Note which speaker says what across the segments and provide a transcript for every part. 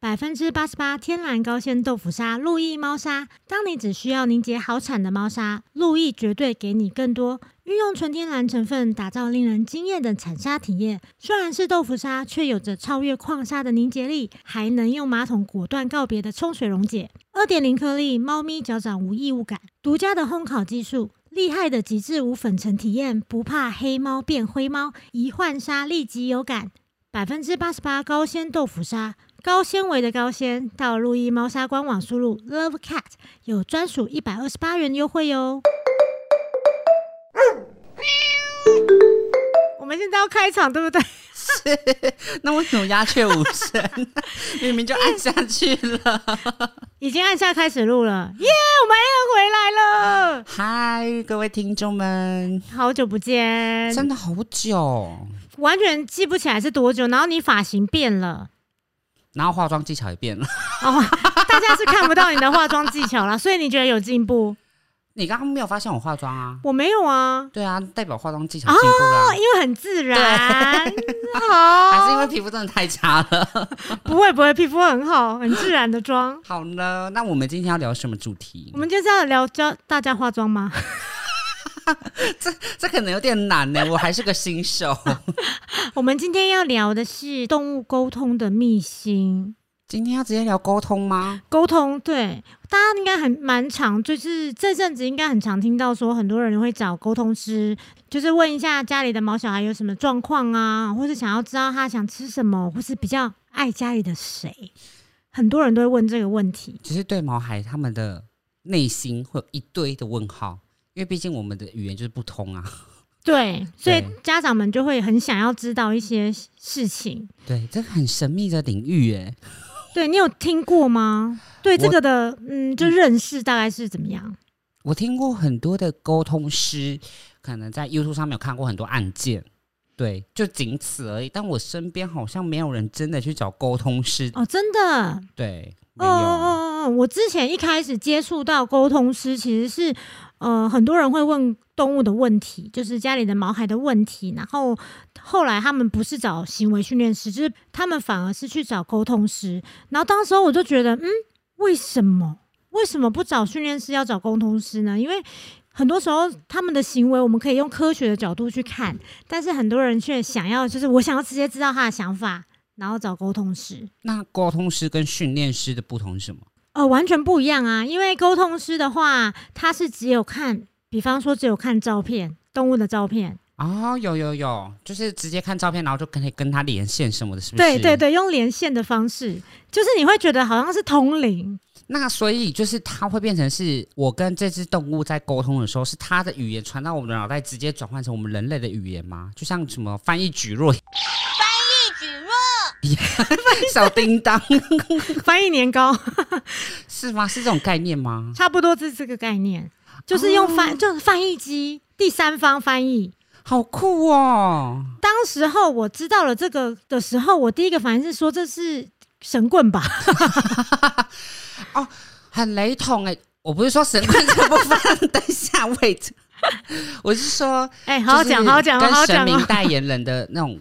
Speaker 1: 百分之八十八天然高纤豆腐砂路易猫砂。当你只需要凝结好产的猫砂，路易绝对给你更多。运用纯天然成分，打造令人惊艳的产砂体验。虽然是豆腐砂，却有着超越矿砂的凝结力，还能用马桶果断告别的冲水溶解。二点零颗粒，猫咪脚掌无异物感。独家的烘烤技术，厉害的极致无粉尘体验，不怕黑猫变灰猫，一换砂立即有感。百分之八十八高纤豆腐砂，高纤维的高纤，到路易猫砂官网输入 love cat 有专属一百二十八元优惠哟。我们现在要开场，对不对？
Speaker 2: 那为什么鸦雀无声？明明就按下去了。
Speaker 1: 已经按下开始录了，耶、我们 a 回来了，
Speaker 2: 嗨，各位听众们，
Speaker 1: 好久不见，
Speaker 2: 真的好久。
Speaker 1: 完全记不起来是多久。然后你发型变了，
Speaker 2: 然后化妆技巧也变了。
Speaker 1: 哦， 大家是看不到你的化妆技巧啦， 所以你觉得有进步？
Speaker 2: 你刚刚没有发现我化妆啊？
Speaker 1: 我没有啊，
Speaker 2: 对啊，代表化妆技巧进步啦、
Speaker 1: 因为很自然，
Speaker 2: 还
Speaker 1: 好，
Speaker 2: 是因为皮肤真的太差了？
Speaker 1: 不会不会，皮肤很好，很自然的妆。
Speaker 2: 好了，那我们今天要聊什么主题
Speaker 1: 我？们就是要聊教大家化妆吗？
Speaker 2: 这可能有点难呢、我还是个 新手。
Speaker 1: 我们今天要聊的是动物沟通的秘辛。
Speaker 2: 今天要直接聊沟通吗？
Speaker 1: 沟通对大家应该很蛮常，就是这阵子应该很常听到说，很多人会找沟通师，就是问一下家里的毛小孩有什么状况啊，或是想要知道他想吃什么，或是比较爱家里的谁。很多人都会问这个问题，
Speaker 2: 其实对毛孩他们的内心会有一堆的问号，因为毕竟我们的语言就是不通啊。
Speaker 1: 对，所以
Speaker 2: 对
Speaker 1: 家长们就会很想要知道一些事情。
Speaker 2: 对，这个很神秘的领域哎。
Speaker 1: 对你有听过吗？对这
Speaker 2: 我
Speaker 1: 个的，嗯，就认识大概是怎么样？
Speaker 2: 我听过很多的沟通师，可能在 YouTube 上面有看过很多案件，对，就仅此而已。但我身边好像没有人真的去找沟通师，
Speaker 1: 哦，真的，
Speaker 2: 对，没
Speaker 1: 哦
Speaker 2: 有。
Speaker 1: 哦哦哦！我之前一开始接触到沟通师，其实是呃很多人会问动物的问题，就是家里的毛孩的问题。然后后来他们不是找行为训练师，就是他们反而是去找沟通师。然后当时候我就觉得，嗯，为什么为什么不找训练师，要找沟通师呢？因为很多时候他们的行为，我们可以用科学的角度去看，但是很多人却想要，就是我想要直接知道他的想法，然后找沟通师。
Speaker 2: 那沟通师跟训练师的不同是什么？
Speaker 1: 呃，完全不一样啊！因为沟通师的话，他是只有看，比方说只有看照片，动物的照片，
Speaker 2: 哦，有有有，就是直接看照片，然后就可以跟他连线什么的，是不嗯
Speaker 1: 对
Speaker 2: 是？
Speaker 1: 对。对，用连线的方式，就是你会觉得好像是通灵，
Speaker 2: 那所以就是他会变成是我跟这只动物在沟通的时候，是他的语言传到我们的脑袋，直接转换成我们人类的语言吗？就像什么翻译举若
Speaker 3: 举若
Speaker 2: 小叮当
Speaker 1: 翻译年糕，
Speaker 2: 是吗？是这种概念吗？
Speaker 1: 差不多是这个概念，就是用
Speaker 2: 哦
Speaker 1: 翻，就是翻译机第三方翻译。
Speaker 2: 好酷哦！
Speaker 1: 当时候我知道了这个的时候，我第一个反应是说这是神棍吧？
Speaker 2: 很雷同哎、我不是说神棍这部分， 等一下，wait，我是说，
Speaker 1: 哎、好好
Speaker 2: 就是
Speaker 1: 讲，好好讲，好好
Speaker 2: 跟神
Speaker 1: 讲
Speaker 2: 明
Speaker 1: 哦。
Speaker 2: 代言人的那种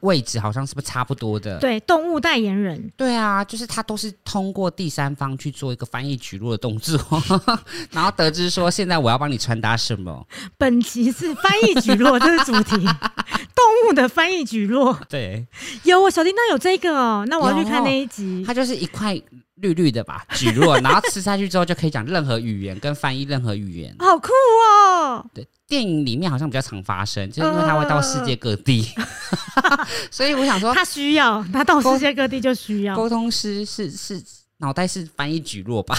Speaker 2: 位置好像是不是差不多的？
Speaker 1: 对，动物代言人，
Speaker 2: 对啊，就是他都是通过第三方去做一个翻译取录的动作， 然后得知说现在我要帮你传达什么。
Speaker 1: 本集是翻译举落，这是主 题，动物的翻译举落。
Speaker 2: 对，
Speaker 1: 有我小叮当有这个哦，那我要去
Speaker 2: 有啊
Speaker 1: 看那一集。
Speaker 2: 它就是一块绿绿的吧，举落，然后吃下去之后就可以讲任何语言跟翻译任何语言。
Speaker 1: 好酷哦！
Speaker 2: 电影里面好像比较常发生，就是因为它会到世界各地， 所以我想说，
Speaker 1: 他需要，他到世界各地就需要，
Speaker 2: 沟通师是是脑袋是翻译举落吧，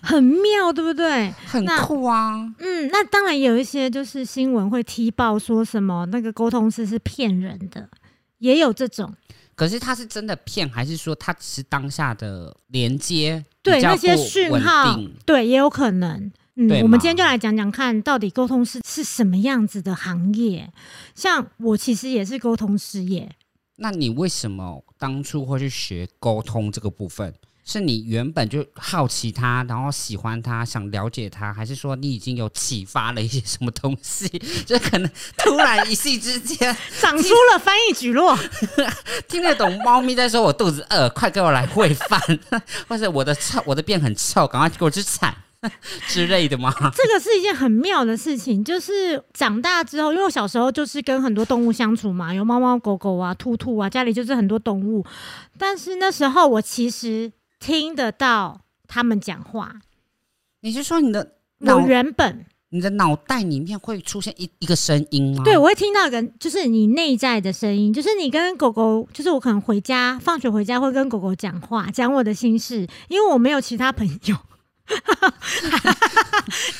Speaker 1: 很妙，对不对？
Speaker 2: 很
Speaker 1: 那
Speaker 2: 酷啊！
Speaker 1: 嗯，那当然也有一些就是新闻会踢爆说什么那个沟通师是骗人的，也有这种。
Speaker 2: 可是他是真的骗，还是说他只是当下的连接
Speaker 1: 对
Speaker 2: 比较
Speaker 1: 那些
Speaker 2: 不
Speaker 1: 讯
Speaker 2: 稳
Speaker 1: 号
Speaker 2: 定，
Speaker 1: 对，也有可能。
Speaker 2: 对
Speaker 1: 嗯，
Speaker 2: 嘛
Speaker 1: 我们今天就来讲讲看，到底沟通师是什么样子的行业？像我其实也是沟通师业，
Speaker 2: 那你为什么当初会去学沟通这个部分？是你原本就好奇它，然后喜欢它，想了解它，还是说你已经有启发了一些什么东西？ 就可能突然一夕之间
Speaker 1: 长出了翻译举落，
Speaker 2: 听得懂猫咪在说“我肚子饿，快给我来喂饭”， 或者我的臭，我的便很臭，赶快给我去铲之类的吗？
Speaker 1: 这个是一件很妙的事情。就是长大之后，因为我小时候就是跟很多动物相处嘛，有猫猫狗狗啊、兔兔啊，家里就是很多动物。但是那时候我其实听得到他们讲话，
Speaker 2: 你是说你的脑
Speaker 1: 我，原本
Speaker 2: 你的脑袋里面会出现一一个声音吗？
Speaker 1: 对，我会听到一个，就是你内在的声音，就是你跟狗狗，就是我可能回家放学回家会跟狗狗讲话，讲我的心事，因为我没有其他朋友。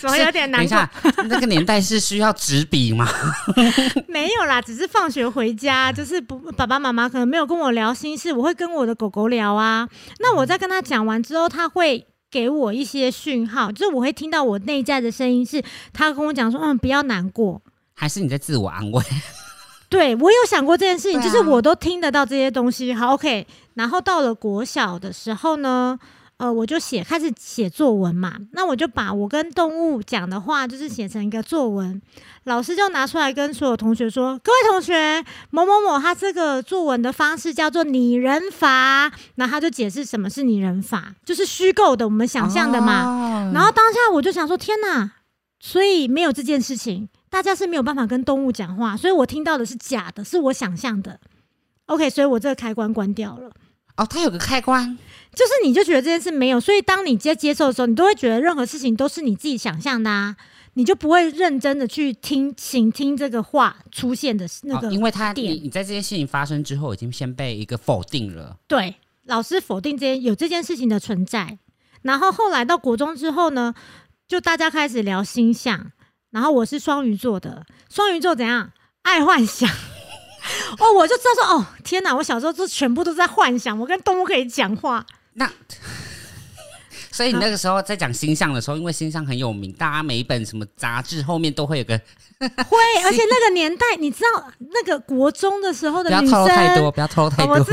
Speaker 1: 怎么
Speaker 2: 是
Speaker 1: 有点
Speaker 2: 等
Speaker 1: 难
Speaker 2: 一
Speaker 1: 过？
Speaker 2: 下，那个年代是需要纸笔吗？
Speaker 1: 没有啦，只是放学回家，就是不爸爸妈妈可能没有跟我聊心事，我会跟我的狗狗聊啊。那我在跟他讲完之后，他会。给我一些讯号，就是我会听到我内在的声音，是他跟我讲说，嗯，不要难过，
Speaker 2: 还是你在自我安慰？
Speaker 1: 对我有想过这件事情，
Speaker 2: 对
Speaker 1: 就
Speaker 2: 啊
Speaker 1: 是我都听得到这些东西。好，OK。然后到了国小的时候呢，呃，我就写开始写作文嘛，那我就把我跟动物讲的话，就是写成一个作文，老师就拿出来跟所有同学说：“各位同学，某某某他这个作文的方式叫做拟人法。”然后他就解释什么是拟人法，就是虚构的，我们想象的嘛。
Speaker 2: 哦
Speaker 1: 然后当下我就想说，天哪！所以没有这件事情，大家是没有办法跟动物讲话，所以我听到的是假的，是我想象的。OK，所以我这个开关关掉了，
Speaker 2: 哦，它有个开关，
Speaker 1: 就是你就觉得这件事没有，所以当你接接受的时候，你都会觉得任何事情都是你自己想象的啊，你就不会认真的去听、倾听这个话出现的那个、
Speaker 2: 哦、因为它
Speaker 1: 点
Speaker 2: 你你在这件事情发生之后，已经先被一个否定了。
Speaker 1: 对，老师否定这件有这件事情的存在。然后后来到国中之后呢，就大家开始聊星象。然后我是双鱼座的，双鱼座怎样？爱幻想。 哦，我就知道说，哦，天哪！我小时候就全部都在幻想，我跟动物可以讲 话。
Speaker 2: 那所以你那个时候在讲星象的时候，因为星象很有名，大家每一本什么杂志后面都会有个，
Speaker 1: 会，而且那个年代，你知道那个国中的时候的
Speaker 2: 不要
Speaker 1: 女
Speaker 2: 透露太多，
Speaker 1: 生，
Speaker 2: 不要透露太
Speaker 1: 哦我
Speaker 2: 多
Speaker 1: 知。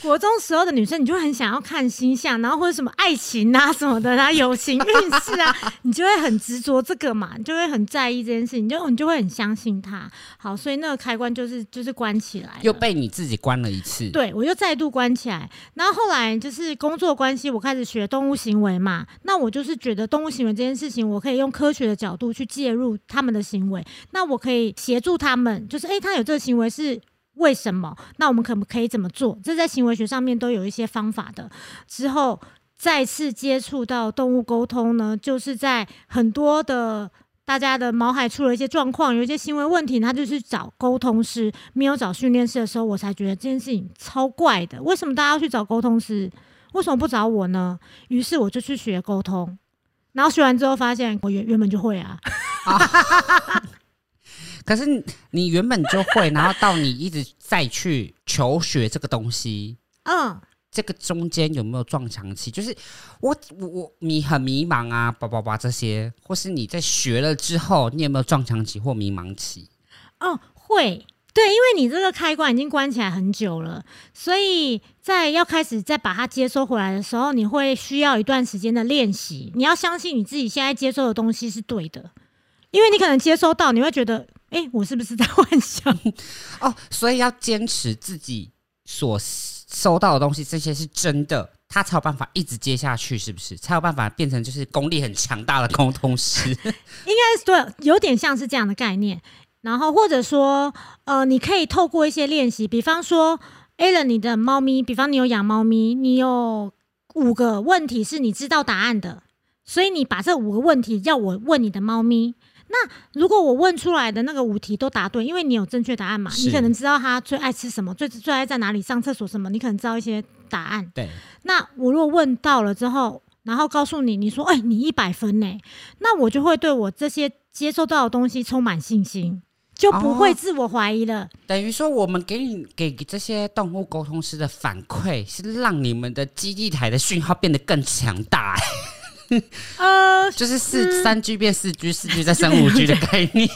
Speaker 1: 国中时候的女生，你就会很想要看星象，然后或者什么爱情啊什么的啊，友情运势啊，你就会很执着这个嘛，你就会很在意这件事情，你就你就会很相信它。好，所以那个开关就是就是关起来了，
Speaker 2: 又被你自己关了一次，
Speaker 1: 对我又再度关起来。然后后来就是工作关系，我开始学动物行为嘛，那我就是觉得动物行为这件事情，我可以用科学的角度去介入他们的行为，那我可以协助他们，就是诶，他有这个行为是。为什么？那我们可不可以怎么做？这在行为学上面都有一些方法的。之后再次接触到动物沟通呢，就是在很多的大家的毛海出了一些状况，有一些行为问题，他就去找沟通师，没有找训练师的时候，我才觉得这件事情超怪的。为什么大家要去找沟通师？为什么不找我呢？于是我就去学沟通，然后学完之后发现我原原本就会啊，
Speaker 2: 可是你你原本就会，然后到你一直再去求学这个东西，
Speaker 1: 嗯，
Speaker 2: 这个中间有没有撞墙期？就是我我我你很迷茫啊，叭叭叭这些，或是你在学了之后，你有没有撞墙期或迷茫期？
Speaker 1: 哦，会。对，因为你这个开关已经关起来很久了，所以在要开始再把它接收回来的时候，你会需要一段时间的练习。你要相信你自己现在接收的东西是对的，因为你可能接收到，你会觉得，诶，我是不是在 幻想？
Speaker 2: 哦，所以要坚持自己所收到的东西，这些是真的，他才有办法一直接下去，是不是？才有办法变成就是功力很强大的沟通 师。
Speaker 1: 对，有点像是这样的概念。然后或者说，呃，你可以透过一些练习，比方说 a l a n 你的猫咪，比方你有养猫咪，你有五个问题是你知道答案的，所以你把这五个问题要我问你的猫咪。那如果我问出来的那个五题都答对，因为你有正确答案嘛，你
Speaker 2: 是
Speaker 1: 可能知道它最爱吃什么，最最爱在哪里上厕所什么，你可能知道一些答案。
Speaker 2: 对，
Speaker 1: 那我如果问到了之后，然后告诉你，你说，哎、你一百分呢、那我就会对我这些接收到的东西充满信心，就不会
Speaker 2: 哦
Speaker 1: 自我怀疑了。
Speaker 2: 等于说我们给你给这些动物 沟通师的反馈，是让你们的基地台的讯号变得更强大、哎
Speaker 1: 呃，
Speaker 2: 就是四三 G 变四 G，四 G 再升五 G 的概 念。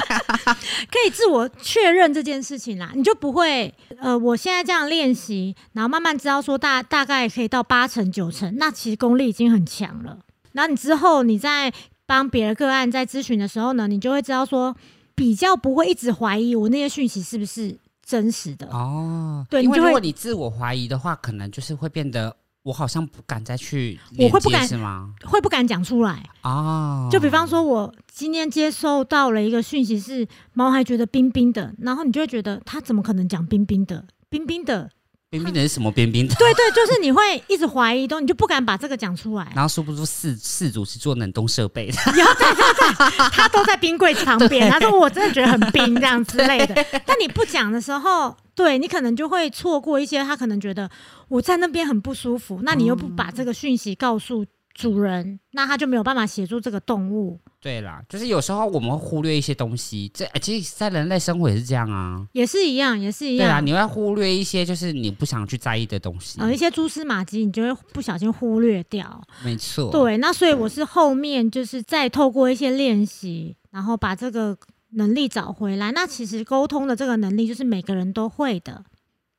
Speaker 1: 可以自我确认这件事情啦，你就不会呃，我现在这样练习，然后慢慢知道说大大概可以到八成九成，那其实功力已经很强了。然后你之后你在帮别的个案在咨询的时候呢，你就会知道说比较不会一直怀疑我那些讯息是不是真实的。
Speaker 2: 哦，
Speaker 1: 对
Speaker 2: 因
Speaker 1: 你
Speaker 2: 为
Speaker 1: 就
Speaker 2: 如
Speaker 1: 会
Speaker 2: 果你自我怀疑的话，可能就是会变得我好像不敢再去
Speaker 1: 我
Speaker 2: 连
Speaker 1: 会不
Speaker 2: 接，
Speaker 1: 敢
Speaker 2: 是吗？
Speaker 1: 会不敢讲出来，
Speaker 2: 哦，
Speaker 1: 就比方说，我今天接收到了一个讯息是毛孩觉得冰冰的，然后你就会觉得他怎么可能讲冰冰的，冰冰的，
Speaker 2: 冰冰的是什么冰冰 的，
Speaker 1: 对对，就是你会一直怀疑都，你就不敢把这个讲出 来。
Speaker 2: 然后殊不知四四组是做冷冻设备的，
Speaker 1: 他都在冰柜旁边，他说我真的觉得很冰这样之类的。但你不讲的时候，对你可能就会错过一些，他可能觉得我在那边很不舒服，那你又不把这个讯息告诉主人，那他就没有办法协助这个动物，
Speaker 2: 对啦，就是有时候我们会忽略一些东西，这呃其实，在人类生活也是这样啊。
Speaker 1: 也是一样，也是一
Speaker 2: 对啊，
Speaker 1: 样。
Speaker 2: 你会忽略一些就是你不想去在意的东西，
Speaker 1: 呃，一些蛛丝马迹，你就会不小心忽略掉。
Speaker 2: 没错，，
Speaker 1: 对，那所以我是后面就是再透过一些练习，然后把这个能力找回来。那其实沟通的这个能力，就是每个人都会的，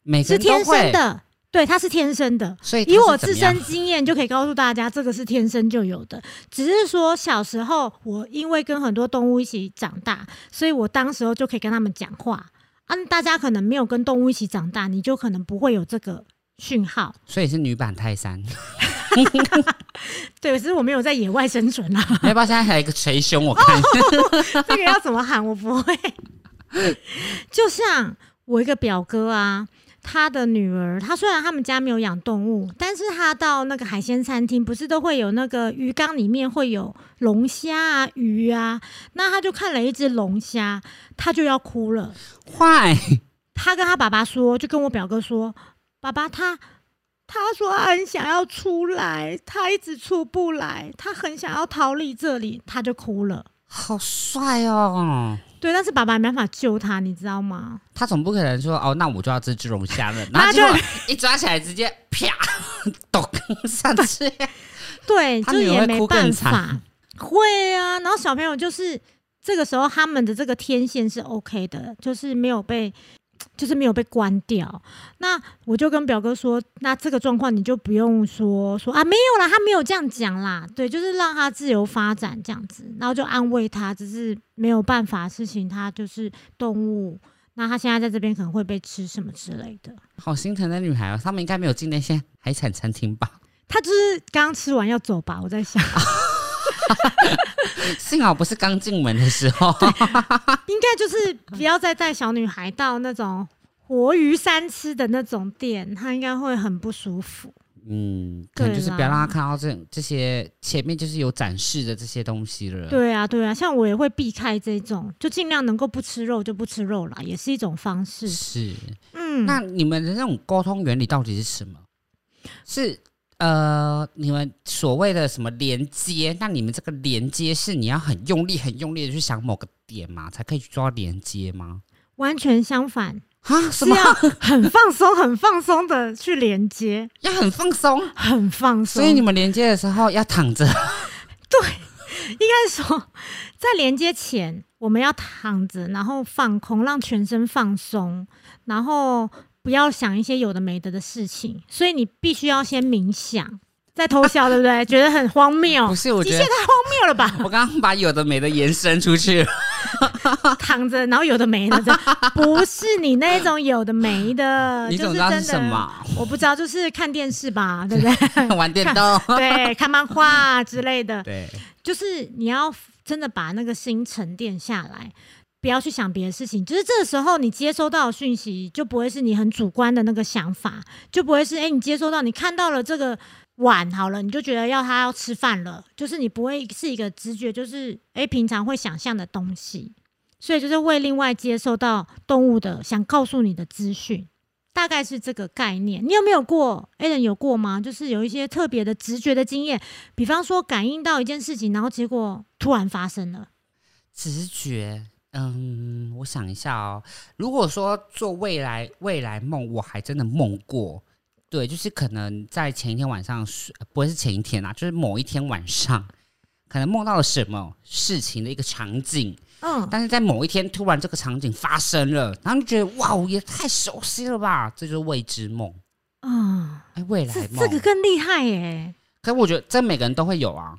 Speaker 2: 每个
Speaker 1: 是
Speaker 2: 人都
Speaker 1: 天生
Speaker 2: 会，
Speaker 1: 的。对，它是天生的。
Speaker 2: 所以它
Speaker 1: 以
Speaker 2: 是
Speaker 1: 我
Speaker 2: 怎
Speaker 1: 自
Speaker 2: 么样
Speaker 1: 身经验就可以告诉大家，这个是天生就有的。只是说小时候我因为跟很多动物一起长大，所以我当时候就可以跟他们讲话。啊，大家可能没有跟动物一起长大，你就可能不会有这个讯号。
Speaker 2: 所以是女版泰山，
Speaker 1: 对，只是我没有在野外生存啦。
Speaker 2: 要不要现在还有一个捶胸？我
Speaker 1: 哦
Speaker 2: 看
Speaker 1: 这个要怎么喊？我不会。就像我一个表哥啊，他的女儿，他虽然他们家没有养动物，但是他到那个海鲜餐厅，不是都会有那个鱼缸里面会有龙虾啊、鱼啊，那他就看了一只龙虾，他就要哭了。
Speaker 2: 坏，
Speaker 1: 他跟他爸爸说，就跟我表哥说，爸爸他他说他很想要出来，他一直出不来，他很想要逃离这里，他就哭了。
Speaker 2: 好帅哦！
Speaker 1: 对，但是爸爸没办法救他，你知道吗？
Speaker 2: 他总不可能说哦，那我就要这只龙虾了，然后
Speaker 1: 他
Speaker 2: 结
Speaker 1: 就
Speaker 2: 果一抓起来直接啪， 咚上去，
Speaker 1: 对，
Speaker 2: 他
Speaker 1: 就
Speaker 2: 女儿
Speaker 1: 也
Speaker 2: 会
Speaker 1: 没
Speaker 2: 哭更
Speaker 1: 办
Speaker 2: 惨
Speaker 1: 法。会啊，然后小朋友就是这个时候他们的这个天线是 OK 的，就是没有被。就是没有被关掉，那我就跟表哥说，那这个状况你就不用说说啊，没有啦，他没有这样讲啦，对，就是让他自由发展这样子，然后就安慰他，只是没有办法的事情，他就是动物，那他现在在这边可能会被吃什么之类的，
Speaker 2: 好心疼那女孩哦。他们应该没有进那些海产餐厅吧？
Speaker 1: 他就是刚吃完要走吧，我在想，
Speaker 2: 幸好不是刚进门的时候，
Speaker 1: 应该就是不要再带小女孩到那种活鱼三吃的那种店，她应该会很不舒服。
Speaker 2: 嗯，可能
Speaker 1: 对
Speaker 2: 就是
Speaker 1: 啦
Speaker 2: 不要让她看到这这些前面就是有展示的这些东西了。，
Speaker 1: 对啊，对啊，像我也会避开这种，就尽量能够不吃肉就不吃肉啦，也是一种方式。
Speaker 2: 是。
Speaker 1: 嗯，
Speaker 2: 那你们的那种沟通原理到底是什么？是呃，你们所谓的什么连接？那你们这个连接是你要很用力、很用力的去想某个点嘛，才可以去做到连接吗？
Speaker 1: 完全相反，
Speaker 2: 啊，
Speaker 1: 是
Speaker 2: 什么
Speaker 1: 要很放松、很放松的去连接，
Speaker 2: 要很放松？
Speaker 1: 很放松。
Speaker 2: 所以你们连接的时候要躺着，
Speaker 1: 应该说， 在连接前，我们要躺着，然后放空，让全身放松，然后不要想一些有的没的的事情。所以你必须要先冥想，再 偷笑，对不对？觉得很荒谬
Speaker 2: 不，是？我
Speaker 1: 极
Speaker 2: 觉
Speaker 1: 限太
Speaker 2: 得
Speaker 1: 荒谬了吧？
Speaker 2: 我刚刚把有的没的延伸出去了。
Speaker 1: 躺着，然后有的没的，这样不是你那种有的没的， 呃就
Speaker 2: 你怎么
Speaker 1: 是
Speaker 2: 知
Speaker 1: 真
Speaker 2: 道
Speaker 1: 的
Speaker 2: 是什？么？啊
Speaker 1: 我不知道，就是看电视吧，对不对？
Speaker 2: 玩电动。
Speaker 1: 对，看漫画之类的。
Speaker 2: 对，
Speaker 1: 就是你要真的把那个心沉淀下来，不要去想别的事情。就是这个时候，你接收到的讯息就不会是你很主观的那个想法，就不会是哎、诶你接收到你看到了这个碗好了，你就觉得要他要吃饭了，就是你不会是一个直觉，就是哎、诶平常会想象的东西。所以就是为另外接收到动物的想告诉你的资讯。大概是这个概念，你有没有过？A 人有过吗？就是有一些特别的直觉的经验，比方说感应到一件事情，然后结果突然发生了，
Speaker 2: 直觉，嗯，我想一下哦。如果说做未来未来梦，我还真的梦过，对，就是可能在前一天晚上睡，呃不会是前一天啊，就是某一天晚上，可能梦到了什么事情的一个场景，
Speaker 1: 嗯，
Speaker 2: 但是在某一天突然这个场景发生了，然后就觉得哇，也太熟悉了吧，这就是未知梦，
Speaker 1: 哦，
Speaker 2: 哎，未来
Speaker 1: 这
Speaker 2: 梦。
Speaker 1: 这个更厉害耶！
Speaker 2: 可我觉得这每个人都会有啊，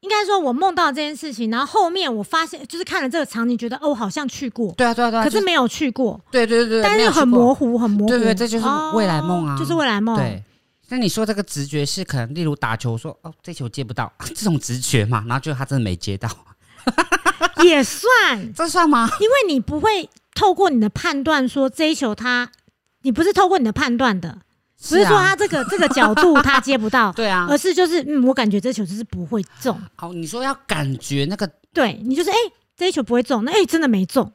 Speaker 1: 应该说，我梦到这件事情，然后后面我发现，就是看了这个场景，觉得哦，我好像去过，
Speaker 2: 对啊，对啊，对啊，
Speaker 1: 可是
Speaker 2: 就
Speaker 1: 没有去过，
Speaker 2: 对对对，对
Speaker 1: 但
Speaker 2: 没
Speaker 1: 是
Speaker 2: 有去
Speaker 1: 很
Speaker 2: 过
Speaker 1: 模糊，很模糊。
Speaker 2: 对对这就是未来梦啊
Speaker 1: 哦就是未来梦。
Speaker 2: 对，那你说这个直觉是可能，例如打球说哦这球接不到、 啊这种直觉嘛，然后就他真的没接到，
Speaker 1: 也算，因
Speaker 2: 这算 吗？
Speaker 1: 为你不会透过你的判断说这一球他，你不是透过你的判断的，不是
Speaker 2: 啊，
Speaker 1: 说他这个这个角度他接不到
Speaker 2: 对啊
Speaker 1: 而，是就是嗯，我感觉这球就是不会中，
Speaker 2: 哦，你说要感觉那个
Speaker 1: 对你就是哎、这一球不会中，那哎、真的没中，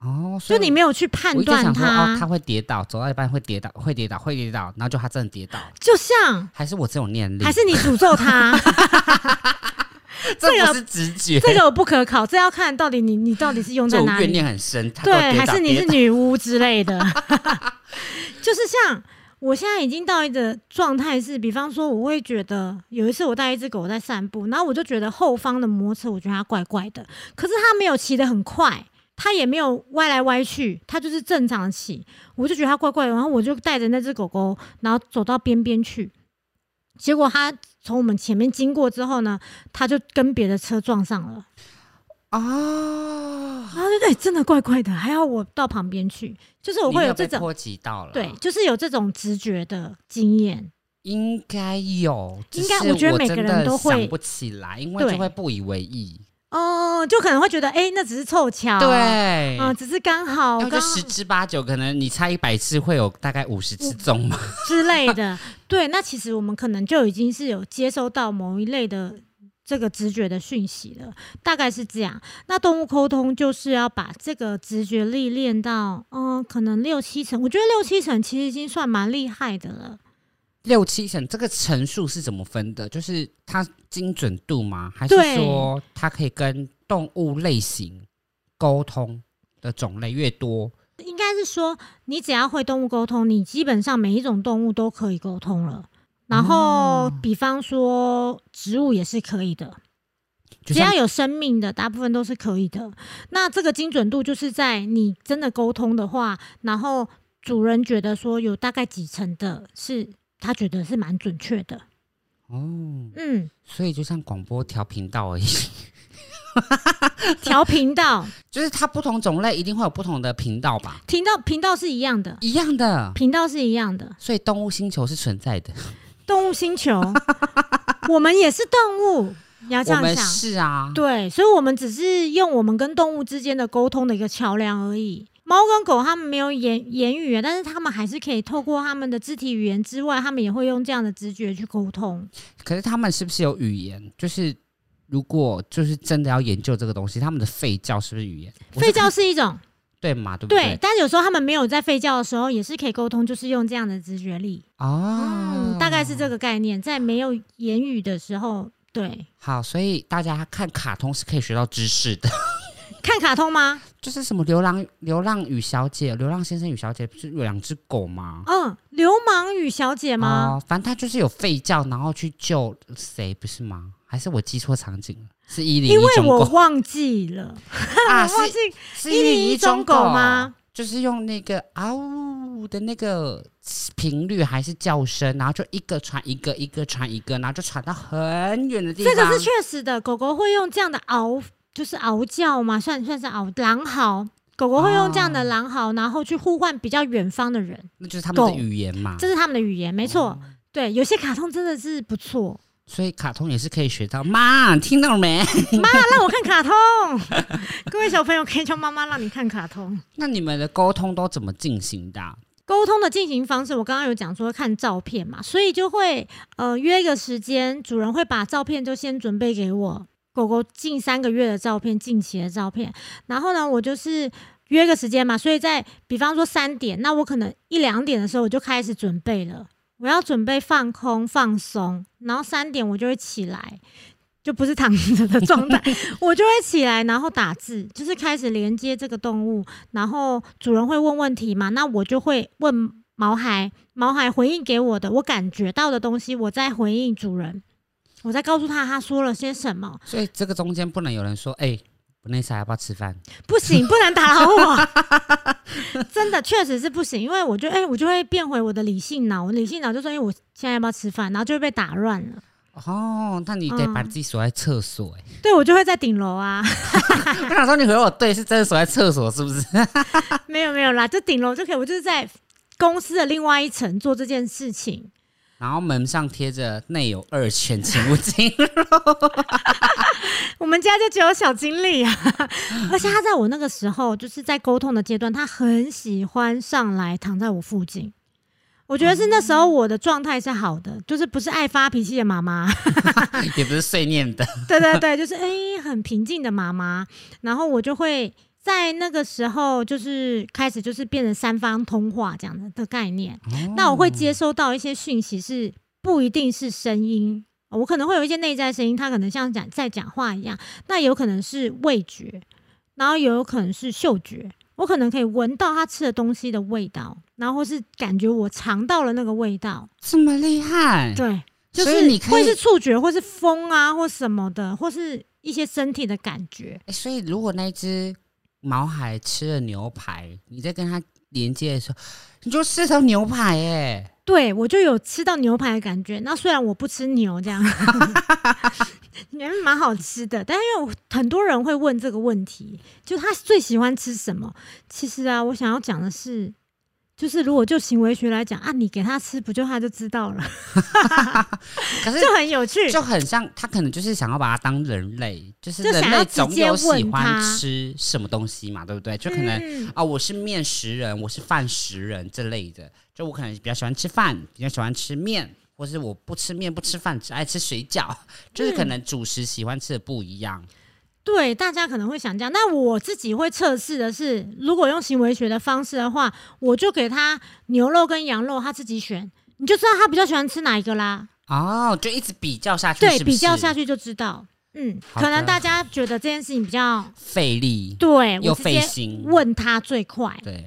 Speaker 2: 哦，所
Speaker 1: 就
Speaker 2: 以
Speaker 1: 你没有去判
Speaker 2: 我一直
Speaker 1: 断
Speaker 2: 想说哦，
Speaker 1: 它，
Speaker 2: 他会跌倒，走到一半会跌倒，会跌倒，会跌倒，然后就他真的跌倒，
Speaker 1: 就像
Speaker 2: 还是我这种念力，
Speaker 1: 还是你诅咒他， 这
Speaker 2: 这
Speaker 1: 个
Speaker 2: 不是直觉，
Speaker 1: 这个我不可考，这要看到底你你到底是用
Speaker 2: 这
Speaker 1: 在
Speaker 2: 种
Speaker 1: 哪
Speaker 2: 怨
Speaker 1: 里，
Speaker 2: 念很深，他都
Speaker 1: 对，
Speaker 2: 跌
Speaker 1: 还
Speaker 2: 倒
Speaker 1: 是你
Speaker 2: 跌
Speaker 1: 是
Speaker 2: 倒
Speaker 1: 女巫之类的， 就是像。我现在已经到一个状态是，比方说，我会觉得有一次我带一只狗在散步，然后我就觉得后方的摩托车，我觉得它怪怪的，可是它没有骑得很快，它也没有歪来歪去，它就是正常骑，我就觉得它怪怪的，然后我就带着那只狗狗，然后走到边边去，结果它从我们前面经过之后呢，它就跟别的车撞上了。
Speaker 2: 啊，
Speaker 1: 然后就哎、真的怪怪的，还要我到旁边去，就是我
Speaker 2: 你没
Speaker 1: 会有
Speaker 2: 有
Speaker 1: 这
Speaker 2: 被
Speaker 1: 种
Speaker 2: 波及到了，
Speaker 1: 对，就是有这种直觉的经验。
Speaker 2: 应该有，只
Speaker 1: 应该
Speaker 2: 是
Speaker 1: 我觉得每
Speaker 2: 真
Speaker 1: 个人
Speaker 2: 的
Speaker 1: 都会
Speaker 2: 想不起来，因为就
Speaker 1: 对
Speaker 2: 会不以为意。
Speaker 1: 哦、就可能会觉得哎、那只是凑巧，
Speaker 2: 对，
Speaker 1: 啊、只是刚好
Speaker 2: 然
Speaker 1: 刚
Speaker 2: 后就十之八九，可能你猜一百次会有大概五十次中嘛。
Speaker 1: 之类的。对，那其实我们可能就已经是有接收到某一类的这个直觉的讯息了，大概是这样。那动物沟通就是要把这个直觉力练到，嗯、可能六七成，我觉得六七成其实已经算蛮厉害的了。
Speaker 2: 六七成，这个层数是怎么分的？就是它精准度吗？还是
Speaker 1: 对
Speaker 2: 说它可以跟动物类型沟通的种类越多？
Speaker 1: 应该是说，你只要会动物沟通，你基本上每一种动物都可以沟通了。然
Speaker 2: 哦
Speaker 1: 后，比方说植物也是可以的，只
Speaker 2: 就像
Speaker 1: 要有生命的，大部分都是可以的。那这个精准度就是在你真的沟通的话，然后主人觉得说有大概几成的是他觉得是蛮准确的。
Speaker 2: 哦，
Speaker 1: 嗯，
Speaker 2: 所以就像广播调频道而已，
Speaker 1: 调频道，
Speaker 2: 就是它不同种类一定会有不同的频道吧，
Speaker 1: 频道频道是一样的，
Speaker 2: 一样的。
Speaker 1: 频道是一样的。
Speaker 2: 所以动物星球是存在的。
Speaker 1: 动物星 球，我们也是动物，你要这
Speaker 2: 我
Speaker 1: 样
Speaker 2: 们
Speaker 1: 想。
Speaker 2: 是啊，
Speaker 1: 对，所以我们只是用我们跟动物之间的沟通的一个桥梁而已。猫跟狗它们没有言言语，啊但是它们还是可以透过它们的肢体语言之外，它们也会用这样的直觉去沟通。
Speaker 2: 可是他们是不是有语言？就是如果就是真的要研究这个东西，他们的吠叫是不是语言？我是
Speaker 1: 吠叫是一种
Speaker 2: 对嘛？对不
Speaker 1: 对
Speaker 2: 对？，
Speaker 1: 但是有时候它们没有在吠叫的时候，也是可以沟通，就是用这样的直觉力。
Speaker 2: 哦、
Speaker 1: 嗯，大概是这个概念，在没有言语的时候，对，
Speaker 2: 好。所以大家看卡通是可以学到知识的，
Speaker 1: 看卡通吗？
Speaker 2: 就是什么流浪流浪与小姐、流浪先生与小姐，不是有两只狗吗？
Speaker 1: 嗯，流氓与小姐吗？
Speaker 2: 哦，反正他就是有吠叫，然后去救谁，不是吗？还是我记错场景了？是一零
Speaker 1: 因
Speaker 2: 一
Speaker 1: 为
Speaker 2: 中
Speaker 1: 我
Speaker 2: 狗
Speaker 1: 忘记 了，
Speaker 2: 啊？
Speaker 1: 我忘记
Speaker 2: 是是
Speaker 1: 101中狗吗？
Speaker 2: 就是用那个啊呜的那个频率还是叫声，然后就一个传一个，一个传一个，然后就传到很远的地方。
Speaker 1: 这个是确实的，狗狗会用这样的嗷，就是嗷叫嘛，算算是嗷狼嚎。狗狗会用这样
Speaker 2: 哦
Speaker 1: 的狼嚎，然后去呼唤比较远方的人，
Speaker 2: 那就是他们的
Speaker 1: 狗
Speaker 2: 语言嘛
Speaker 1: 这。是他们的语言，没
Speaker 2: 哦
Speaker 1: 错。对，有些卡通真的是不 错。
Speaker 2: 所以卡通也是可以学到。妈，听到了没？
Speaker 1: 妈，让我看卡通。 各位小朋友可以叫妈妈让你看卡通。
Speaker 2: 那你们的沟通都怎么进行的啊、
Speaker 1: 沟通的进行方式，我刚刚有讲说看照片嘛，所以就会呃约一个时间，主人会把照片就先准备给我，狗狗近三个月的照片、近期的照片，然后呢，我就是约个时间嘛，所以在比方说三点，那我可能一两点的时候我就开始准备了，我要准备放空放松，然后三点我就会起来。就不是躺着的状态，我就会起来，然后打字，就是开始连接这个动物，然后主人会问问题嘛，那我就会问毛孩，毛孩回应给我的，我感觉到的东西，我在回应主人，我在告诉他他说了些什么。
Speaker 2: 所以这个中间不能有人说，哎、不那啥要不要吃饭？
Speaker 1: 不行，不能打扰我， 真的确实是不行，因为我就哎、我就会变回我的理性脑，我理性脑就说，哎、我现在要不要吃饭，然后就会被打乱了。
Speaker 2: 哦，那你得把
Speaker 1: 嗯
Speaker 2: 自己锁在厕所、哎、
Speaker 1: 对我就会在顶楼啊，
Speaker 2: 我想说你回我对，是真的锁在厕所是不 是？
Speaker 1: 没有没有啦，就顶楼就可以，我就是在公司的另外一层做这件事情。
Speaker 2: 然后门上贴着“内有二犬，请勿进
Speaker 1: 我们家就只有小经理啊， 而且他在我那个时候，就是在沟通的阶段，他很喜欢上来躺在我附近。我觉得是那时候我的状态是好的，就是不是爱发脾气的妈妈，
Speaker 2: 入”， 也不是碎念的。
Speaker 1: 对对对，就是诶很平静的妈妈。然后我就会在那个时候，就是开始就是变成三方通话这样的的概念。那
Speaker 2: 嗯
Speaker 1: 我会接收到一些讯息，是不一定是声音，我可能会有一些内在声音，它可能像讲在讲话一样，那有可能是味觉，然后也有可能是嗅觉，我可能可以闻到他吃的东西的味道，然后或是感觉我尝到了那个味道，
Speaker 2: 这么厉害，
Speaker 1: 对，就
Speaker 2: 所以
Speaker 1: 是
Speaker 2: 嗯你可
Speaker 1: 会
Speaker 2: 以
Speaker 1: 是触觉，或是风啊，或什么的，或是一些身体的感觉。
Speaker 2: 欸所以如果那一只毛海吃了牛排，你在跟它连接的时候，你就吃头牛排哎、
Speaker 1: 对我就有吃到牛排的感觉。那虽然我不吃牛， 这样也是蛮好吃的。但因为我很多人会问这个问题，就他最喜欢吃什么？其实啊，我想要讲的是，就是如果就行为学来讲啊，你给他吃，不就他就知道了，
Speaker 2: 可是
Speaker 1: 就很有趣。
Speaker 2: 就很像它可能就是想要把它当人类，就是
Speaker 1: 就
Speaker 2: 人
Speaker 1: 想要
Speaker 2: 类
Speaker 1: 直
Speaker 2: 总
Speaker 1: 接
Speaker 2: 有喜
Speaker 1: 问
Speaker 2: 欢
Speaker 1: 它
Speaker 2: 吃什么东西嘛，对不对？就可能
Speaker 1: 嗯
Speaker 2: 啊、我是面食人，我是饭食人这类的。就我可能比较喜欢吃饭，比较喜欢吃面，或是我不吃面不吃饭，只爱吃水饺，就是可
Speaker 1: 嗯
Speaker 2: 能主食喜欢吃的不一样。
Speaker 1: 对，大家可能会想这样。那我自己会测试的是，如果用行为学的方式的话，我就给他牛肉跟羊肉，他自己选，你就知道他比较喜欢吃哪一个啦。
Speaker 2: 哦，就一直比较下去，
Speaker 1: 对，
Speaker 2: 是不
Speaker 1: 比较
Speaker 2: 是
Speaker 1: 下去就知道。嗯，
Speaker 2: 好
Speaker 1: 可能
Speaker 2: 的
Speaker 1: 大家觉得这件事情比较
Speaker 2: 费力
Speaker 1: 对，
Speaker 2: 又
Speaker 1: 我直
Speaker 2: 费
Speaker 1: 接
Speaker 2: 心。
Speaker 1: 问他最快。
Speaker 2: 对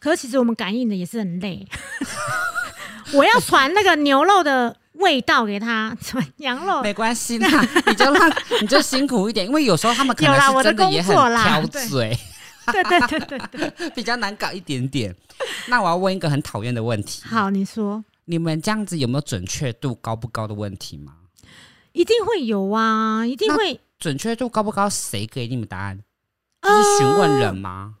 Speaker 1: 可是其实我们感应的也是很累。 我要传那个牛肉的味道给他，传羊肉。
Speaker 2: 没关系啦，你就 让你就辛苦一点，因为有时候他们可能
Speaker 1: 有啦
Speaker 2: 是
Speaker 1: 我的
Speaker 2: 真的也很
Speaker 1: 工作啦
Speaker 2: 挑
Speaker 1: 对
Speaker 2: 嘴，
Speaker 1: 对对对对对。
Speaker 2: 比较难搞一点点。那我要问一个很讨厌的问题，
Speaker 1: 好，你说
Speaker 2: 你们这样子有没有准确度高不高的问题吗？
Speaker 1: 一定会有啊，一定
Speaker 2: 那
Speaker 1: 会。
Speaker 2: 准确度高不高？谁给你们答案？
Speaker 1: 啊
Speaker 2: 就是询问人吗？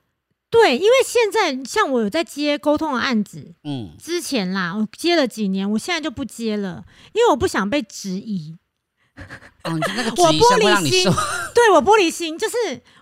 Speaker 1: 对，因为现在像我有在接沟通的案子，
Speaker 2: 嗯，
Speaker 1: 之前啦，我接了几年，我现在就不接了，因为我不想被质疑。
Speaker 2: 哦，你那个质
Speaker 1: 我
Speaker 2: 疑
Speaker 1: 玻
Speaker 2: 声会
Speaker 1: 璃
Speaker 2: 让你
Speaker 1: 心
Speaker 2: 受，
Speaker 1: 对我玻璃心，就是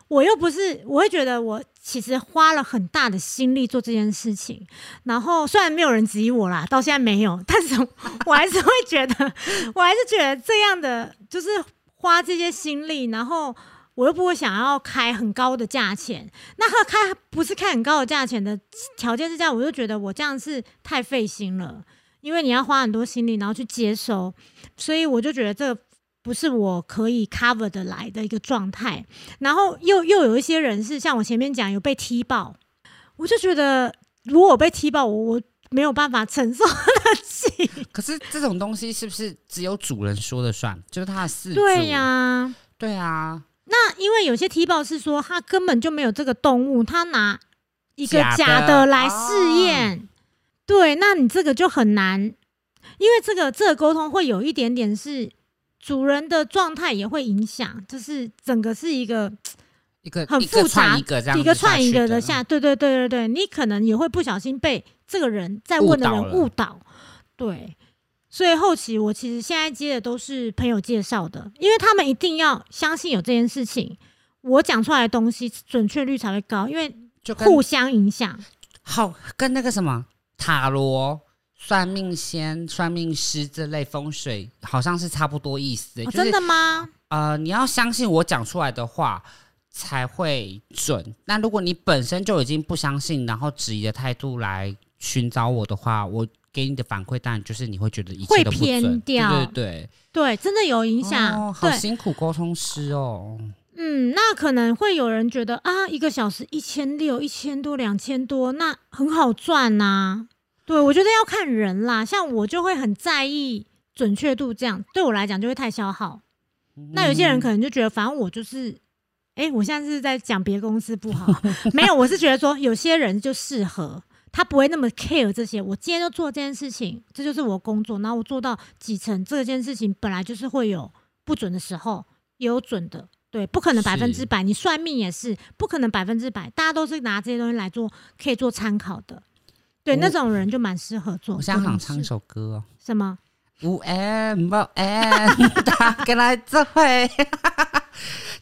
Speaker 1: 我又不是，我会觉得我其实花了很大的心力做这件事情，然后虽然没有人质疑我啦，到现在没有，但是我我还是会觉得， 我还是觉得这样的就是花这些心力，然后。我又不会想要开很高的价钱，那和开不是开很高的价钱的条件之下，我就觉得我这样是太费心了，因为你要花很多心力，然后去接收，所以我就觉得这个不是我可以 cover 的来的一个状态。然后又又有一些人是像我前面讲有被踢爆，我就觉得如果我被踢爆，我我没有办法承受得起。
Speaker 2: 可是这种东西是不是只有主人说了算？就是他的事主。
Speaker 1: 对呀、
Speaker 2: 对啊，
Speaker 1: 那因为有些踢爆是说他根本就没有这个动物，他拿一个
Speaker 2: 假的
Speaker 1: 假的来试验，对，那你这个就很难，因为这个这个沟通会有一点点是主人的状态也会影响，就是整个是一个
Speaker 2: 一个
Speaker 1: 很
Speaker 2: 一个
Speaker 1: 复杂
Speaker 2: 串一个这样子
Speaker 1: 一个串一
Speaker 2: 去
Speaker 1: 个
Speaker 2: 的嗯啊
Speaker 1: 的下，对对对对对，你可能也会不小心被这个人在问的人
Speaker 2: 误导了
Speaker 1: 误导，对。所以后期我其实现在接的都是朋友介绍的，因为他们一定要相信有这件事情，我讲出来的东西准确率才会高，因为
Speaker 2: 就跟
Speaker 1: 互相影响。
Speaker 2: 好，跟那个什么塔罗、算命仙、算命师这类风水，好像是差不多意思、
Speaker 1: 哦
Speaker 2: 就是
Speaker 1: 真的吗？
Speaker 2: 呃，你要相信我讲出来的话才会准。那如果你本身就已经不相信，然后质疑的态度来寻找我的话，我给你的反馈当然就是你会觉得一切
Speaker 1: 会
Speaker 2: 都不准，
Speaker 1: 偏掉
Speaker 2: 对对对，
Speaker 1: 对，真的有影响。
Speaker 2: 哦、好
Speaker 1: 对，
Speaker 2: 辛苦沟通师哦。
Speaker 1: 嗯，那可能会有人觉得啊，一个小时一千六、一千多、两千多，那很好赚呐、对，我觉得要看人啦，像我就会很在意准确度，这样对我来讲就会太消耗。那有些人可能就觉得，反正我就是，哎、我现在是在讲别公司不好，没有，我是觉得说有些人就适合。他不会那么 care 这些，我今天就做这件事情，这就是我工作。然后我做到几成，这件事情本来就是会有不准的时候，也有准的，对，不可能百分之
Speaker 2: 是
Speaker 1: 百。你算命也是不可能百分之百，大家都是拿这些东西来做可以做参考的。对，
Speaker 2: 我
Speaker 1: 那种人就蛮适合做。
Speaker 2: 哦我想想
Speaker 1: 好
Speaker 2: 唱一首歌哦。
Speaker 1: 什么？
Speaker 2: 有缘无缘，大家来做伙，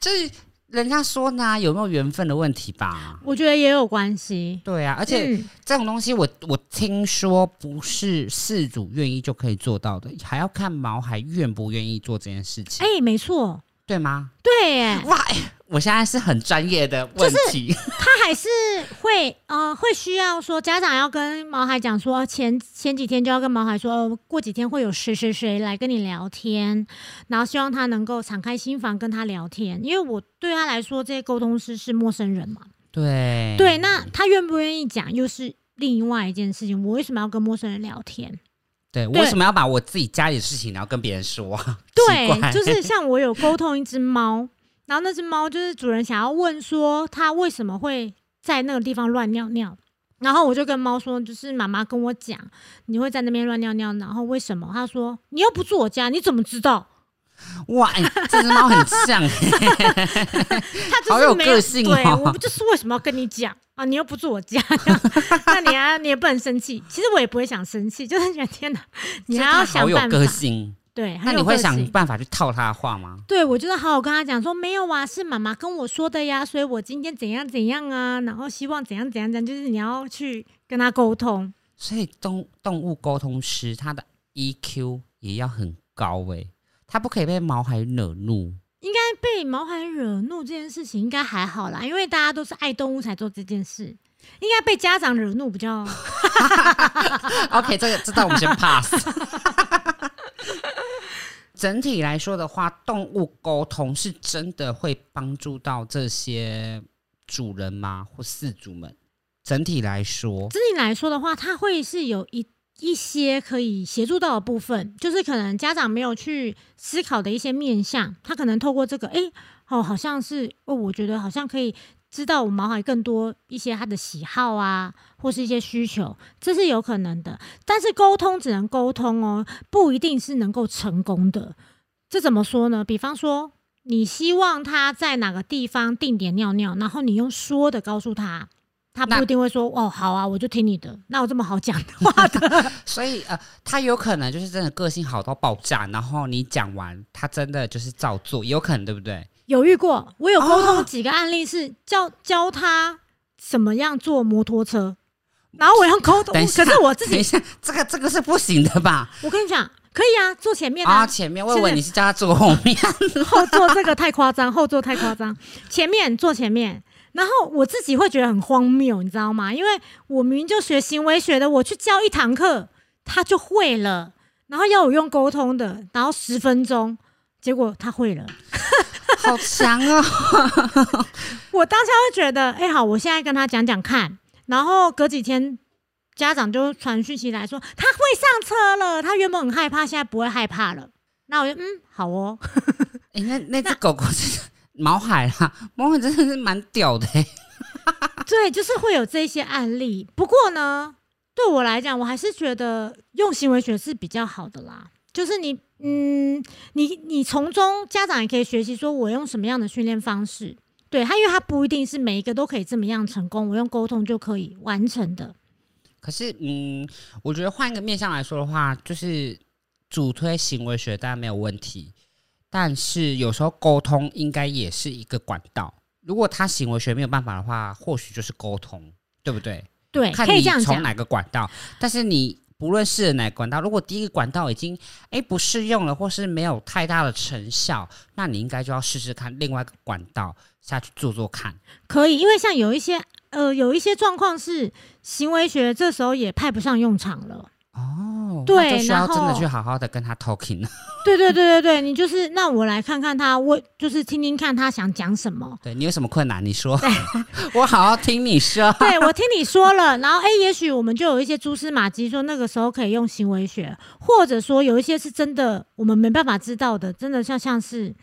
Speaker 2: 就是人家说呢，有没有缘分的问题吧？
Speaker 1: 我觉得也有关系。
Speaker 2: 对啊，而且
Speaker 1: 嗯
Speaker 2: 这种东西我，我听说不是事主愿意就可以做到的，还要看毛孩愿不愿意做这件事情，
Speaker 1: 哎、没错，
Speaker 2: 对吗？
Speaker 1: 对耶，
Speaker 2: 哇，哎我现在是很专业的问题，
Speaker 1: 他还是会呃会需要说家长要跟毛孩讲说哦前前几天就要跟毛孩说、哦过几天会有谁谁谁来跟你聊天，然后希望他能够敞开心房跟他聊天，因为我对他来说这些沟通师是陌生人嘛。
Speaker 2: 对
Speaker 1: 对，那他愿不愿意讲又是另外一件事情。我为什么要跟陌生人聊天？
Speaker 2: 对，我
Speaker 1: 对
Speaker 2: 为什么要把我自己家里的事情然后跟别人说？ 奇
Speaker 1: 对，
Speaker 2: 怪
Speaker 1: 就是像我有沟通一只猫，然后那只猫就是主人想要问说它为什么会在那个地方乱尿尿，然后我就跟猫说，就是妈妈跟我讲你会在那边乱尿尿，然后为什么？它说你又不住我家，你怎么知道？
Speaker 2: 哇，哎这只猫很 像、欸
Speaker 1: 它
Speaker 2: 好
Speaker 1: 就
Speaker 2: 有
Speaker 1: 是没
Speaker 2: 个性哦
Speaker 1: 对我不就是为什么要跟你讲啊？你又不住我家，那你啊你也不能生气。其实我也不会想生气，就是觉得天哪，你还要
Speaker 2: 这只好
Speaker 1: 想
Speaker 2: 有
Speaker 1: 办法。
Speaker 2: 个性。
Speaker 1: 对，很
Speaker 2: 那你
Speaker 1: 有
Speaker 2: 会
Speaker 1: 个
Speaker 2: 想
Speaker 1: 性
Speaker 2: 办法去套他的话吗？
Speaker 1: 对，我就是好好跟他讲说，没有啊，是妈妈跟我说的呀，所以我今天怎样怎样啊，然后希望怎样怎样怎样，就是你要去跟他沟通。
Speaker 2: 所以动动物沟通师他的 EQ 也要很高诶、他不可以被毛孩惹怒。
Speaker 1: 但被毛孩惹怒这件事情应该还好啦，因为大家都是爱动物才做这件事，应该被家长惹怒比较
Speaker 2: OK，这个这道我们先 pass。整体来说的话，动物沟通是真的会帮助到这些主人吗？或饲主们？整体来说，
Speaker 1: 整体来说的话，它会是有一一些可以协助到的部分，就是可能家长没有去思考的一些面向，他可能透过这个，诶，哦，好像是哦，我觉得好像可以知道我毛孩更多一些他的喜好啊，或是一些需求，这是有可能的。但是沟通只能沟通哦，不一定是能够成功的。这怎么说呢？比方说，你希望他在哪个地方定点尿尿，然后你用说的告诉他，他
Speaker 2: 那
Speaker 1: 不一定会说哦，好啊，我就听你的。那有这么好讲的 话的？
Speaker 2: 所以呃，他有可能就是真的个性好到爆炸，然后你讲完，他真的就是照做，有可能对不对？
Speaker 1: 有遇过，我有沟
Speaker 2: 哦
Speaker 1: 通几个案例是教教他怎么样坐摩托车，然后我用沟通，
Speaker 2: 等一下
Speaker 1: 可是我自
Speaker 2: 等一
Speaker 1: 己，
Speaker 2: 下，这个这个是不行的吧？
Speaker 1: 我跟你讲，可以啊，坐前面
Speaker 2: 啊，
Speaker 1: 啊，
Speaker 2: 前面我以为你是叫他坐后面，
Speaker 1: 后座这个太夸张，后座太夸张，前面坐前面。然后我自己会觉得很荒谬，你知道吗？因为我明明就学行为学的，我去教一堂课，他就会了，然后要我用沟通的，然后十分钟，结果他会了。
Speaker 2: 好强 哦！
Speaker 1: 我当下会觉得，哎、好，我现在跟他讲讲看，然后隔几天家长就传讯息来说他会上车了，他原本很害怕，现在不会害怕了。那我就嗯，好哦，
Speaker 2: 哎、那那只狗狗真的 毛海啦，毛海真的是蛮屌的、欸。
Speaker 1: 对， 就是会有这些案例。不过呢，对我来讲，我还是觉得用行为学是比较好的啦。就是你，嗯，你你从中家长也可以学习，说我用什么样的训练方式。对他，因为他不一定是每一个都可以这么样成功，我用沟通就可以完成的。
Speaker 2: 可是，嗯，我觉得换一个面向来说的话，就是主推行为学当然没有问题，但是有时候沟通应该也是一个管道。如果他行为学没有办法的话，或许就是沟通，对不对？
Speaker 1: 对，
Speaker 2: 看
Speaker 1: 哎可以
Speaker 2: 你
Speaker 1: 这样
Speaker 2: 从
Speaker 1: 讲。
Speaker 2: 哪个管道，但是你不论是哪个管道，如果第一个管道已经哎不适用了，或是没有太大的成效，那你应该就要试试看另外一个管道下去做做看。
Speaker 1: 可以，因为像有一些呃，有一些状况是行为学这时候也派不上用场了。
Speaker 2: 哦，哦，
Speaker 1: 对
Speaker 2: 那就需要
Speaker 1: 然后
Speaker 2: 真的去好好的跟他 talking 了。
Speaker 1: 对对对对对，你就是那我来看看他，我就是听听看他想讲什么。
Speaker 2: 对你有什么困难，你说， 我好好听你说。
Speaker 1: 对我听你说了，然后哎，也许我们就有一些蛛丝马迹，说那个时候可以用行为学，或者说有一些是真的我们没办法知道的，真的像像是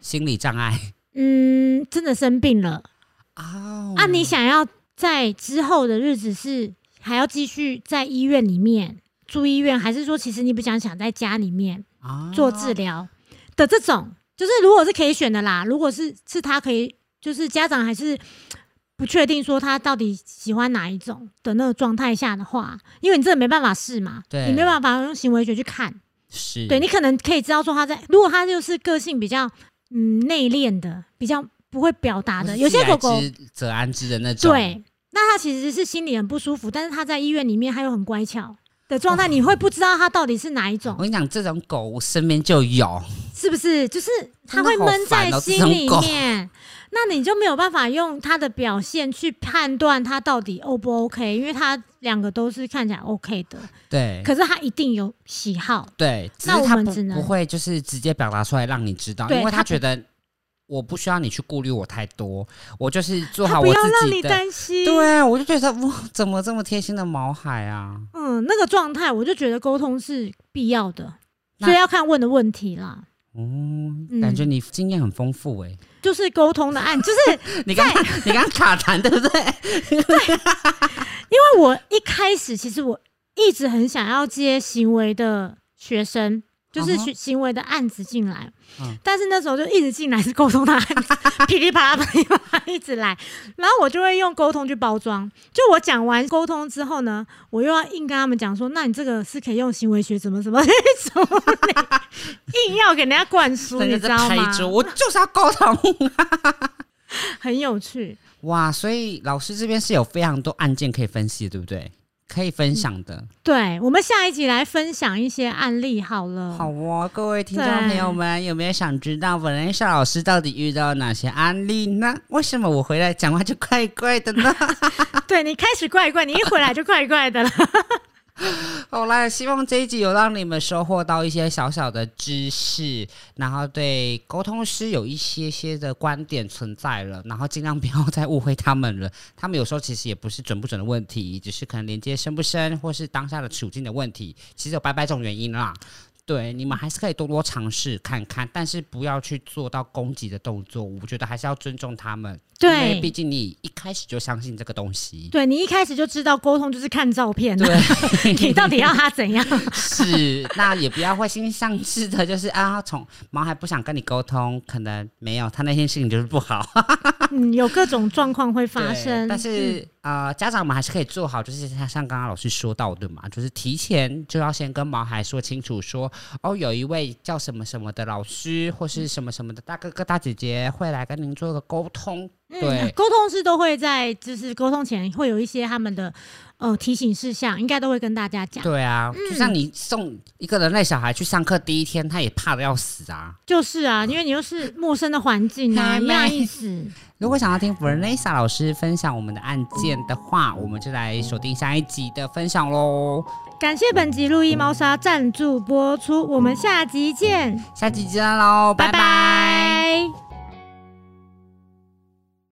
Speaker 2: 心理障碍
Speaker 1: 嗯，真的生病了
Speaker 2: 哦
Speaker 1: 啊，你想要在之后的日子是还要继续在医院里面住医院，还是说其实你不想想在家里面
Speaker 2: 啊
Speaker 1: 做治疗的这种，就是如果是可以选的啦，如果是是他可以，就是家长还是不确定说他到底喜欢哪一种的那个状态下的话，因为你真的没办法试嘛，
Speaker 2: 对嗯
Speaker 1: 你没办法用行为学去看，
Speaker 2: 是
Speaker 1: 对你可能可以知道说他在，如果他就是个性比较嗯内敛的，比较不会表达
Speaker 2: 不
Speaker 1: 的，
Speaker 2: 是
Speaker 1: 有些
Speaker 2: 既来
Speaker 1: 狗狗
Speaker 2: 之则安之的那种，
Speaker 1: 对，那他其实是心里很不舒服，但是他在医院里面他又很乖巧。的状
Speaker 2: 哦
Speaker 1: 态，你会不知道他到底是哪一种
Speaker 2: 我。跟你讲，这种狗我身边就有，
Speaker 1: 是不是？就是他会
Speaker 2: 真的好
Speaker 1: 闷在
Speaker 2: 烦哦
Speaker 1: 心里面，那你就没有办法用他的表现去判断他到底 O 不 OK，因为他两个都是看起来 OK 的，
Speaker 2: 对，
Speaker 1: 可是他一定有喜好。
Speaker 2: 对，只
Speaker 1: 那
Speaker 2: 是
Speaker 1: 我
Speaker 2: 他
Speaker 1: 们
Speaker 2: 不
Speaker 1: 只能
Speaker 2: 不会就是直接表达出来让你知道，
Speaker 1: 对
Speaker 2: 因为
Speaker 1: 他
Speaker 2: 他
Speaker 1: 不
Speaker 2: 觉得我不需要你去顾虑我太多，我就是做
Speaker 1: 他
Speaker 2: 好
Speaker 1: 不
Speaker 2: 我
Speaker 1: 要让
Speaker 2: 自
Speaker 1: 你
Speaker 2: 己的。
Speaker 1: 担心，，
Speaker 2: 对，啊我就觉得哇，怎么这么贴心的毛海啊？
Speaker 1: 嗯，那个状态，我就觉得沟通是必要的，
Speaker 2: 那
Speaker 1: 所以要看问的问题啦，
Speaker 2: 哦、感觉
Speaker 1: 嗯
Speaker 2: 你经验很丰富哎、
Speaker 1: 就是沟通的案， 就是
Speaker 2: 你刚你刚卡痰对不对？
Speaker 1: 因为我一开始其实我一直很想要接行为的学生，就是
Speaker 2: 嗯哼
Speaker 1: 学行为的案子进来，
Speaker 2: 嗯
Speaker 1: 但是那时候就一直进来是沟通的案子，噼里啪啦噼里啪啦一直来，然后我就会用沟通去包装。就我讲完沟通之后呢，我又要硬跟他们讲说，那你这个是可以用行为学怎么怎 么什么的，硬要给人家灌输，
Speaker 2: 人
Speaker 1: 你
Speaker 2: 家
Speaker 1: 知
Speaker 2: 在
Speaker 1: 道
Speaker 2: 拍
Speaker 1: 吗？
Speaker 2: 桌，我就是要沟通。
Speaker 1: 很有趣。
Speaker 2: 哇，所以老师这边是有非常多案件可以分析的，对不对？可以分享的。
Speaker 1: 嗯对，我们下一集来分享一些案例好了。
Speaker 2: 好哦，各位听众朋友们，有没有想知道文人夏老师到底遇到哪些案例呢？为什么我回来讲话就怪怪的呢？
Speaker 1: 对你开始怪怪，你一回来就怪怪的了。
Speaker 2: 好啦，希望这一集有让你们收获到一些小小的知识，然后对沟通师有一些些的观点存在了，然后尽量不要再误会他们了。他们有时候其实也不是准不准的问题，只是可能连接深不深，或是当下的处境的问题，其实有百百种原因啦。对，你们还是可以多多尝试看看，但是不要去做到攻击的动作。我觉得还是要尊重他们，因为
Speaker 1: 对，
Speaker 2: 毕竟你一开始就相信这个 东西。
Speaker 1: 对你一开始就知道沟通就是看照片，
Speaker 2: 对，
Speaker 1: 你到底要他怎 样？
Speaker 2: 是，那也不要会心丧志的，就是啊，从毛孩不想跟你沟通，可能没有他那天心情就是不好
Speaker 1: 嗯，有各种状况会发
Speaker 2: 对
Speaker 1: 生，嗯
Speaker 2: 但是、呃，家长们还是可以做好，就是像像刚刚老师说到的嘛，就是提前就要先跟毛孩说清楚说，哦，有一位叫什么什么的老师或是什么什么的大哥哥大姐姐会来跟您做个沟通。
Speaker 1: 嗯
Speaker 2: 对，
Speaker 1: 沟通师都会在就是沟通前会有一些他们的呃提醒事项，应该都会跟大家讲。
Speaker 2: 对啊，
Speaker 1: 嗯
Speaker 2: 就像你送一个人类小孩去上课第一天，他也怕的要死啊。
Speaker 1: 就是啊，因为你又是陌生的环境啊，
Speaker 2: 嗨
Speaker 1: 没有
Speaker 2: 嗨
Speaker 1: 意思。
Speaker 2: 如果想要听 Vanessa 老师分享我们的案件的话，我们就来锁定下一集的分享喽。
Speaker 1: 感谢本集《路易猫砂》赞助播出，我们下集见，
Speaker 2: 下集见喽，拜
Speaker 1: 拜
Speaker 2: 拜
Speaker 1: 拜